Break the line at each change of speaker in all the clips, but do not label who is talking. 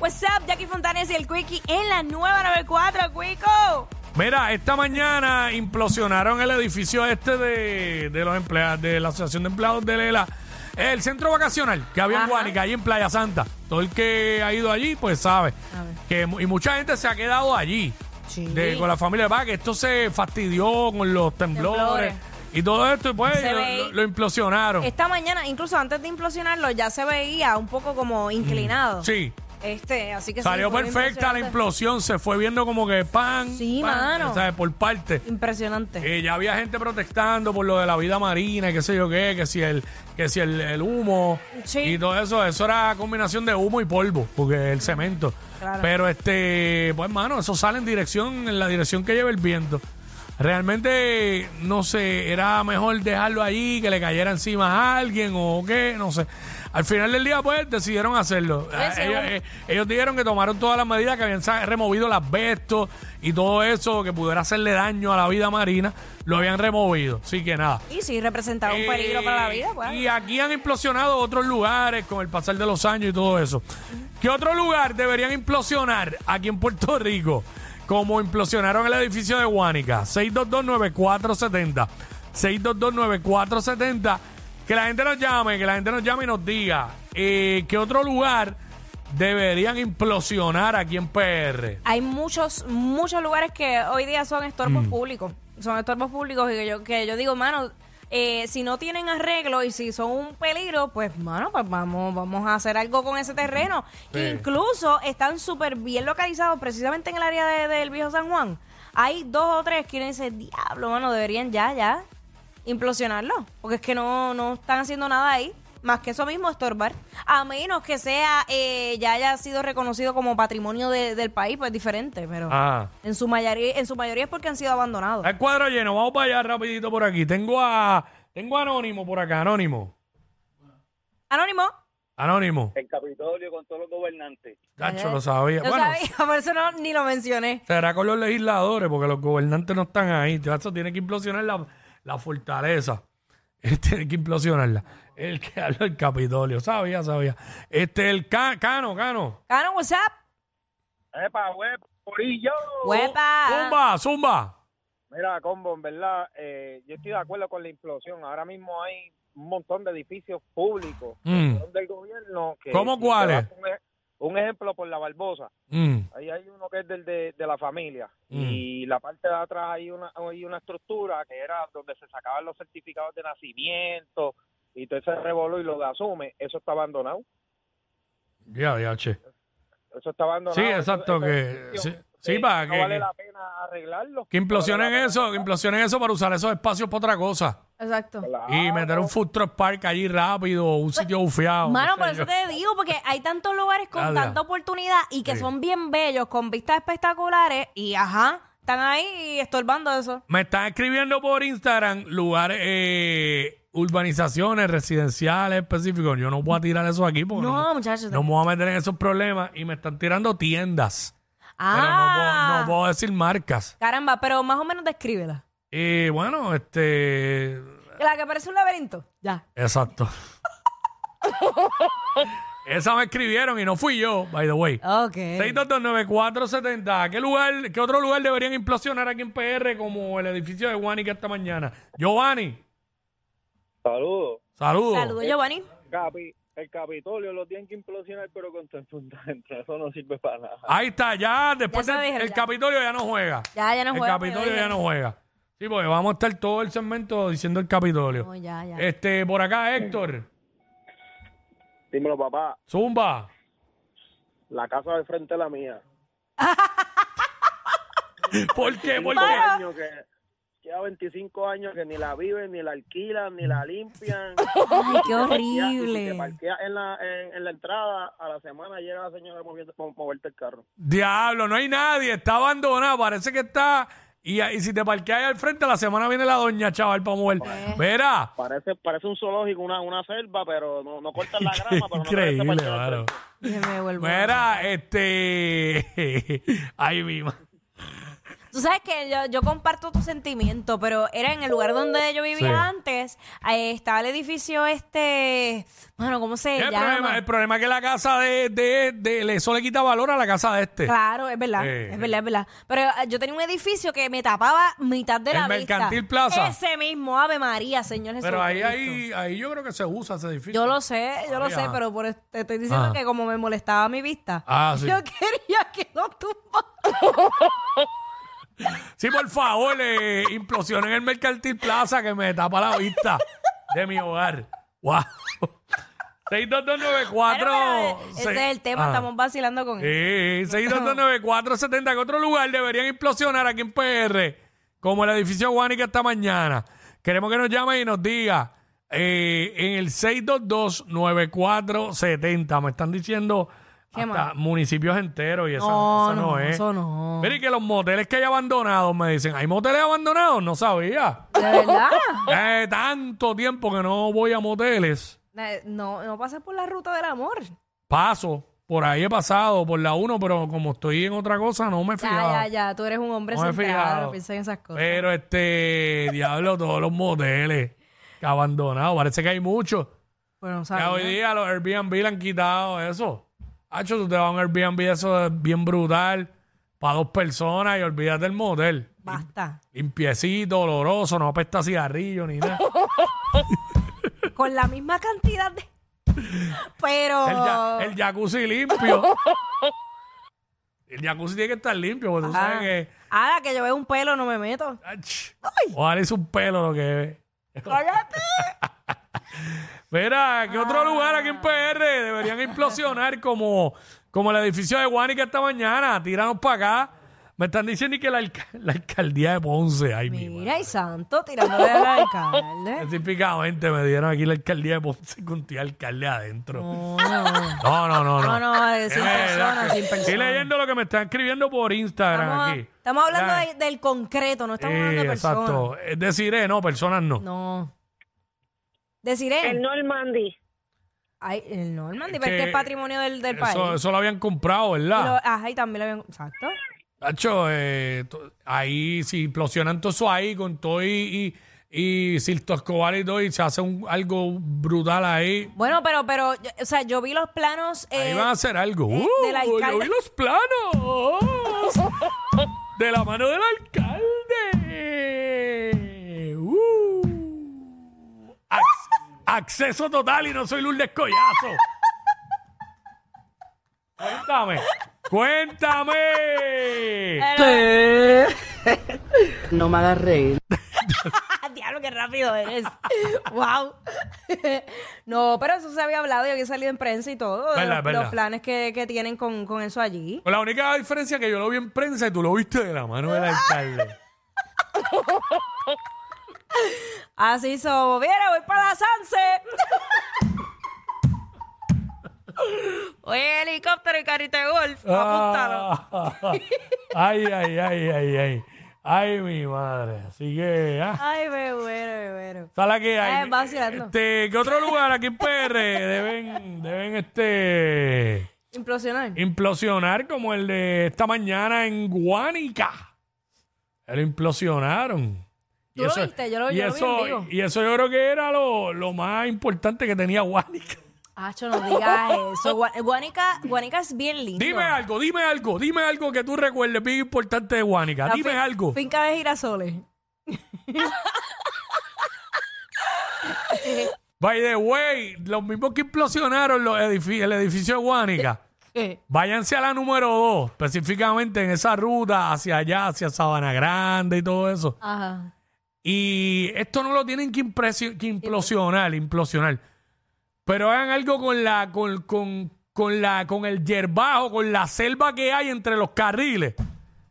what's up? Jackie Fontanes y el Quickie en la nueva 94, Quico.
Mira, esta mañana implosionaron el edificio este de, de los empleados, de la Asociación de Empleados de Lela. El centro vacacional que había en
Ajá.
Guánica, ahí en Playa Santa. Todo el que ha ido allí, pues sabe.
A ver.
Que, mu- y mucha gente se ha quedado allí.
Sí.
de- con la familia va que esto se fastidió con los temblores,
Temblores.
y todo esto, y pues
Se
lo,
ve-
lo- lo implosionaron.
Esta mañana, incluso antes de implosionarlo, ya se veía un poco como inclinado.
Mm, Sí,
Este, así que sí,
salió
fue
perfecta la
impresionante.
implosión, se fue viendo como que pan,
Sí,
pan,
mano.
¿sabes? por parte.
Impresionante.
Eh, ya había gente protestando por lo de la vida marina, y qué sé yo qué, que si el, que si el, el humo
Sí.
y todo eso, eso era combinación de humo y polvo, porque el cemento.
Claro.
Pero este, pues mano, eso sale en dirección, en la dirección que lleva el viento. Realmente, no sé, era mejor dejarlo allí, que le cayera encima a alguien o qué, no sé. Al final del día, pues, decidieron hacerlo. Ah,
Ese
Ellos,
humo.
eh, ellos dijeron que tomaron todas las medidas, que habían sa- removido las asbesto y todo eso que pudiera hacerle daño a la vida marina, lo habían removido. Así que nada.
Y sí, representaba un peligro
Eh,
para la vida, pues.
Y aquí han implosionado otros lugares con el pasar de los años y todo eso. ¿Qué otro lugar deberían implosionar aquí en Puerto Rico? Como implosionaron el edificio de Guánica. 6229470. 6229470. Que la gente nos llame, que la gente nos llame y nos diga eh, qué otro lugar deberían implosionar aquí en PR.
Hay muchos, muchos lugares que hoy día son estorbos
Mm.
públicos. Son estorbos públicos y que yo, que yo digo, mano, eh, si no tienen arreglo y si son un peligro, pues, mano, pues vamos, vamos a hacer algo con ese terreno.
Sí.
Incluso están súper bien localizados, precisamente en el área de- del viejo San Juan. Hay dos o tres que uno dice, diablo, mano, deberían ya, ya implosionarlo. Porque es que no, no están haciendo nada ahí. Más que eso mismo, estorbar. A menos que sea, eh, ya haya sido reconocido como patrimonio de- del país, pues diferente. Pero
Ah.
en su mayoría, en su mayoría es porque han sido abandonados.
Al cuadro lleno, vamos para allá rapidito por aquí. Tengo a, tengo a Anónimo por acá, Anónimo.
Anónimo.
Anónimo.
el Capitolio con todos los gobernantes.
Tacho, lo sabía.
Eh, Lo
Eh, bueno,
sabía, por eso no- ni lo mencioné.
será con los legisladores, porque los gobernantes no están ahí. Tacho, tiene que implosionar la, la fortaleza. Él tiene que implosionarla. El que habló del Capitolio. Sabía, sabía. Este, el Ca- Cano, Cano.
Cano, what's up?
¡Epa, web, porillo!
Oh,
¡Huepa!
Zumba, zumba.
Mira, Combo, en verdad, eh, yo estoy de acuerdo con la implosión. Ahora mismo hay un montón de edificios públicos
Mm.
que son del gobierno. Que,
¿Cómo
si te
cuáles?
vas Un, ej- un ejemplo por la Barbosa.
Mm,
Ahí hay uno que es del de, de la familia.
Mm.
Y la parte de atrás hay una, hay una estructura que era donde se sacaban los certificados de nacimiento y todo ese revolú y lo de asume. Eso está abandonado.
ya, ya, che.
Eso está abandonado.
Sí,
Eso-
exacto,
eso-
que-
eso-
sí, sí, para
no
que-
vale
que-
la pena arreglarlo.
Que implosionen
No vale la
eso, que
pena
implosionen eso para usar esos espacios para otra cosa.
Exacto.
arreglarlo.
Y meter un food truck park allí rápido, un sitio bufiado.
Pues, Mano,
qué
por eso
sé yo.
te digo, porque hay tantos lugares con
Habla.
tanta oportunidad y que
Sí.
son bien bellos, con vistas espectaculares, y ajá, están ahí estorbando eso.
Me están escribiendo por Instagram lugares, eh, urbanizaciones residenciales específicos. Yo no voy a tirar eso aquí porque
No,
Oh, no,
muchachos.
no me voy a meter en esos problemas. Y me están tirando tiendas. Pero no
ah,
puedo, no puedo decir marcas.
caramba, pero más o menos descríbela.
Y bueno, este.
La que parece un laberinto. Ya.
Exacto. Esa me escribieron y no fui yo, by the way.
Ok.
6229470. ¿Qué lugar, qué otro lugar deberían implosionar aquí en PR como el edificio de Juanica esta mañana? Giovanni,
Saludos.
saludos.
Saludos, Giovanni.
Capi, el Capitolio lo tienen que implosionar, pero con todo el fundamento. Eso no sirve para nada.
Ahí está, ya después
Ya se
del-
dijeron,
el
ya.
Capitolio ya no juega.
Ya, ya no
el
juega.
Capitolio
me
ya
oyen.
no juega. Sí, porque vamos a estar todo el segmento diciendo el Capitolio.
No, ya, Oh, ya.
Este, por acá, Héctor,
Dímelo, papá.
Zumba.
La casa de frente es la mía.
¿Por qué? ¿Por
Tengo
qué?
años que... Lleva 25 años que ni la viven, ni la alquilan, ni la limpian.
Ay, qué
Y si te
horrible.
parqueas en la, en, en la entrada, a la semana llega la señora moviendo, mo- moverte el carro.
Diablo, no hay nadie, está abandonado, parece que está. Y, y si te parqueas ahí al frente, la semana viene la doña, chaval, para mover. Verá.
Parece, parece un zoológico, una, una selva, pero no, no cortan la
Qué
grama. pero no
Increíble,
parece parquear al
mano.
frente.
Déjeme, me vuelvo.
Mira, este. Ay, mi ma-
O Tú sabes que yo, yo comparto tu sentimiento, pero era en el lugar donde yo vivía
Sí.
antes. ahí estaba el edificio este. Bueno, ¿cómo se
El
llama?
problema, el problema es que la casa de, de, de- le- eso le quita valor a la casa de este.
Claro, es verdad,
Eh,
es verdad, es verdad. Pero eh, yo tenía un edificio que me tapaba mitad de
El
la
Mercantil
vista.
Plaza.
Ese mismo, Ave María, señores.
Pero ahí, ahí, ahí yo creo que se usa ese edificio.
Yo lo sé, yo lo
Todavía,
sé,
ajá.
pero por, te estoy diciendo
Ajá.
que como me molestaba mi vista,
Ah, sí.
yo quería que no tumbara.
Sí, por favor, eh, implosionen el Mercantil Plaza que me tapa la vista de mi hogar. ¡Wow!
Pero, pero,
62294.
eh, Ese es el tema,
Ah.
estamos vacilando con él.
Sí, 6229470. Que otro lugar deberían implosionar aquí en PR? Como el edificio Guánica esta mañana. Queremos que nos llame y nos diga eh, en el 6229470. Me están diciendo
¿Qué
hasta
más?
municipios enteros y eso
No,
eso no,
no,
es.
eso no.
Mira, y que los moteles que hay abandonados me dicen, ¿hay moteles abandonados? No sabía.
¿De verdad?
Eh, tanto tiempo que no voy a moteles.
Eh, No, no pasas por la ruta del amor.
Paso, por ahí he pasado, por la 1, pero como estoy en otra cosa, no me he fijado.
Ya, ya, ya, tú eres un hombre
No me he
centrado,
fijado. Eh,
no piensas en esas cosas.
Pero este, diablo, todos los moteles que abandonados, parece que hay muchos.
bueno,
Ya hoy
sabes.
día los Airbnb le han quitado eso. Hacho, tú te vas a un Airbnb, eso es bien brutal, para dos personas y olvídate del motel.
Basta.
Limpiecito, oloroso, no apesta a cigarrillo ni nada.
Con la misma cantidad de. Pero.
El, ya- el jacuzzi limpio. El jacuzzi tiene que estar limpio, porque tú sabes que.
Ahora que yo veo un pelo, no me meto.
ach, Ojalá es un pelo lo que es.
¡Cállate!
Mira, ¿qué
Ah.
otro lugar aquí en PR deberían implosionar como, como el edificio de Guánica esta mañana? Tíranos para acá. Me están diciendo y que la, alca- la alcaldía de Ponce, ay, mi madre.
Mira, y santo, tirándole al alcalde.
Específicamente me dieron aquí la alcaldía de Ponce con tía alcalde adentro.
No, no.
No, no, no,
No,
no.
no, eh, sin
Es verdad
personas,
que-
sin personas.
Estoy leyendo lo que me están escribiendo por Instagram
Estamos,
aquí.
estamos hablando
Ya.
de- del concreto, no estamos hablando de
Sí,
personas.
exacto. Es decir, eh, no, personas no.
No. Deciré.
El Normandy.
Ay, el Normandy,
Es
pero es que
que
es patrimonio del, del país.
Eso, eso lo habían comprado,
Y
¿verdad?
lo- ajá, y también lo habían. Exacto.
Nacho, eh, to- ahí si implosionan todo eso ahí con todo y, y, y Silto Escobar y todo y se hace un- algo brutal ahí.
Bueno, pero, pero, yo- o sea, yo vi los planos. eh,
ahí van a hacer algo.
eh,
¡Uh!
del
yo
alcalde.
vi los planos de la mano del alcalde. ¡Uh! Ac- acceso total y no soy Lourdes Collazo. Cuéntame. Cuéntame.
Eh,
No me hagas reír.
¡Ah, diablo, qué rápido eres! ¡Wow! no, pero eso se había hablado y había salido en prensa y todo. de
Verdad,
los,
verdad.
los planes que, que tienen con, con eso allí.
Con Pues La única diferencia es que yo lo vi en prensa y tú lo viste de la mano del alcalde.
Así hizo. ¡Viera, voy para la Sanse! Oye, helicóptero y carrito de golf.
Ah.
Apúntalo.
ay, ay, ay, ay, ay. Ay, mi madre. Así que, ah.
Ay, me bueno, me bueno.
está la que hay.
Ay, vacilando.
Este, ¿qué otro lugar aquí en PR deben, deben este
Implosionar.
implosionar como el de esta mañana en Guánica? Lo implosionaron.
Tú lo viste, yo lo-
y
yo lo vi en
eso,
vivo.
Y eso yo creo que era lo, lo más importante que tenía Guánica.
Hacho, no digas eso. Gua- Guanica, Guanica es bien lindo.
Dime algo, dime algo, dime algo que tú recuerdes bien importante de Guánica.
La
Dime
fin-
algo.
Finca de girasoles.
By the way, los mismos que implosionaron los edifi- el edificio de Guánica,
¿Qué?
váyanse a la número 2, específicamente en esa ruta hacia allá, hacia Sabana Grande y todo eso.
Ajá.
Y esto no lo tienen que, impresio- que implosionar, implosionar. Pero hagan algo con la, con, con, con la, con el yerbajo, con la selva que hay entre los carriles,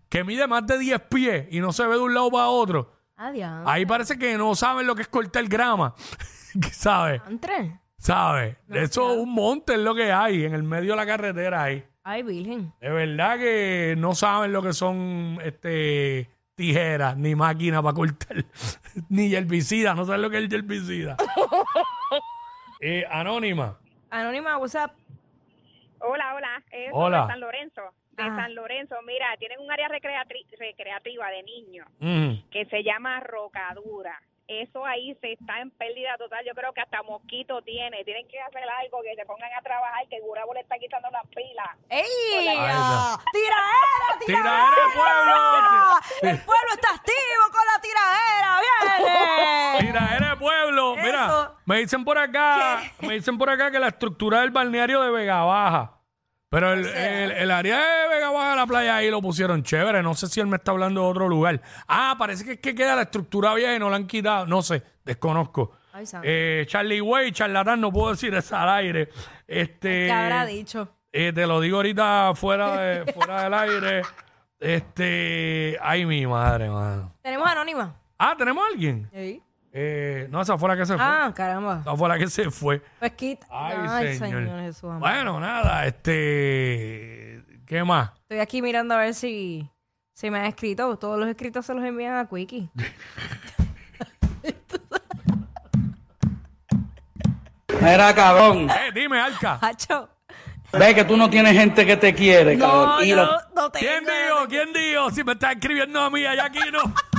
que mide más de 10 pies y no se ve de un lado para otro.
Adiós.
Ahí parece que no saben lo que es cortar grama. ¿Sabes?
Entre.
¿Sabes? Eso es un monte es lo que hay en el medio de la carretera ahí.
Ay, virgen.
De verdad que no saben lo que son este tijeras, ni máquinas para cortar, ni herbicida, no saben lo que es el herbicida. Eh, anónima.
Anónima, WhatsApp.
Hola, hola. Es
Hola.
San Lorenzo. De
Ajá.
de San Lorenzo, mira, tienen un área recreatri- recreativa de niños
Mm.
que se llama Rocadura. Eso ahí se está en pérdida total. Yo creo que hasta mosquito tiene. Tienen que hacer algo, que se pongan a trabajar, que el Gurabo le está quitando las pilas.
¡Ey! Ah,
está.
¡Tiraera, tiraera!
Tiraera, pueblo.
¡El pueblo está activo con la tiraera! ¡Viene!
Mira, eres pueblo. Mira,
Eso.
me dicen por acá, me dicen por acá que la estructura del balneario de Vega Baja. Pero el, el- el área de Vega Baja, la playa ahí lo pusieron chévere. No sé si él me está hablando de otro lugar. Ah, parece que es que queda la estructura vieja y no la han quitado. No sé, desconozco.
Ay, santo.
Eh, Charlie Way, charlatán, no puedo decir eso al aire. Este,
¿Qué habrá dicho?
eh, te lo digo ahorita fuera, de- fuera del aire. Este, ay, mi madre, mano.
Tenemos anónima.
Ah, ¿tenemos a alguien?
¿Sí?
Eh, no, esa fue la que se fue.
Ah, caramba.
Esa fue la que se fue.
Pues quita.
Ay, señor.
Jesús. amado.
Bueno, nada, este. ¿Qué más?
Estoy aquí mirando a ver si, si me han escrito. Todos los escritos se los envían a Quickie.
Mira, cabrón.
Eh, dime, Alca.
Hacho.
Ve que tú no tienes gente que te quiere, cabrón.
No,
Y
yo
lo-
no tengo.
¿Quién dijo? ¿Quién dijo? Si me está escribiendo a mí, allá aquí no.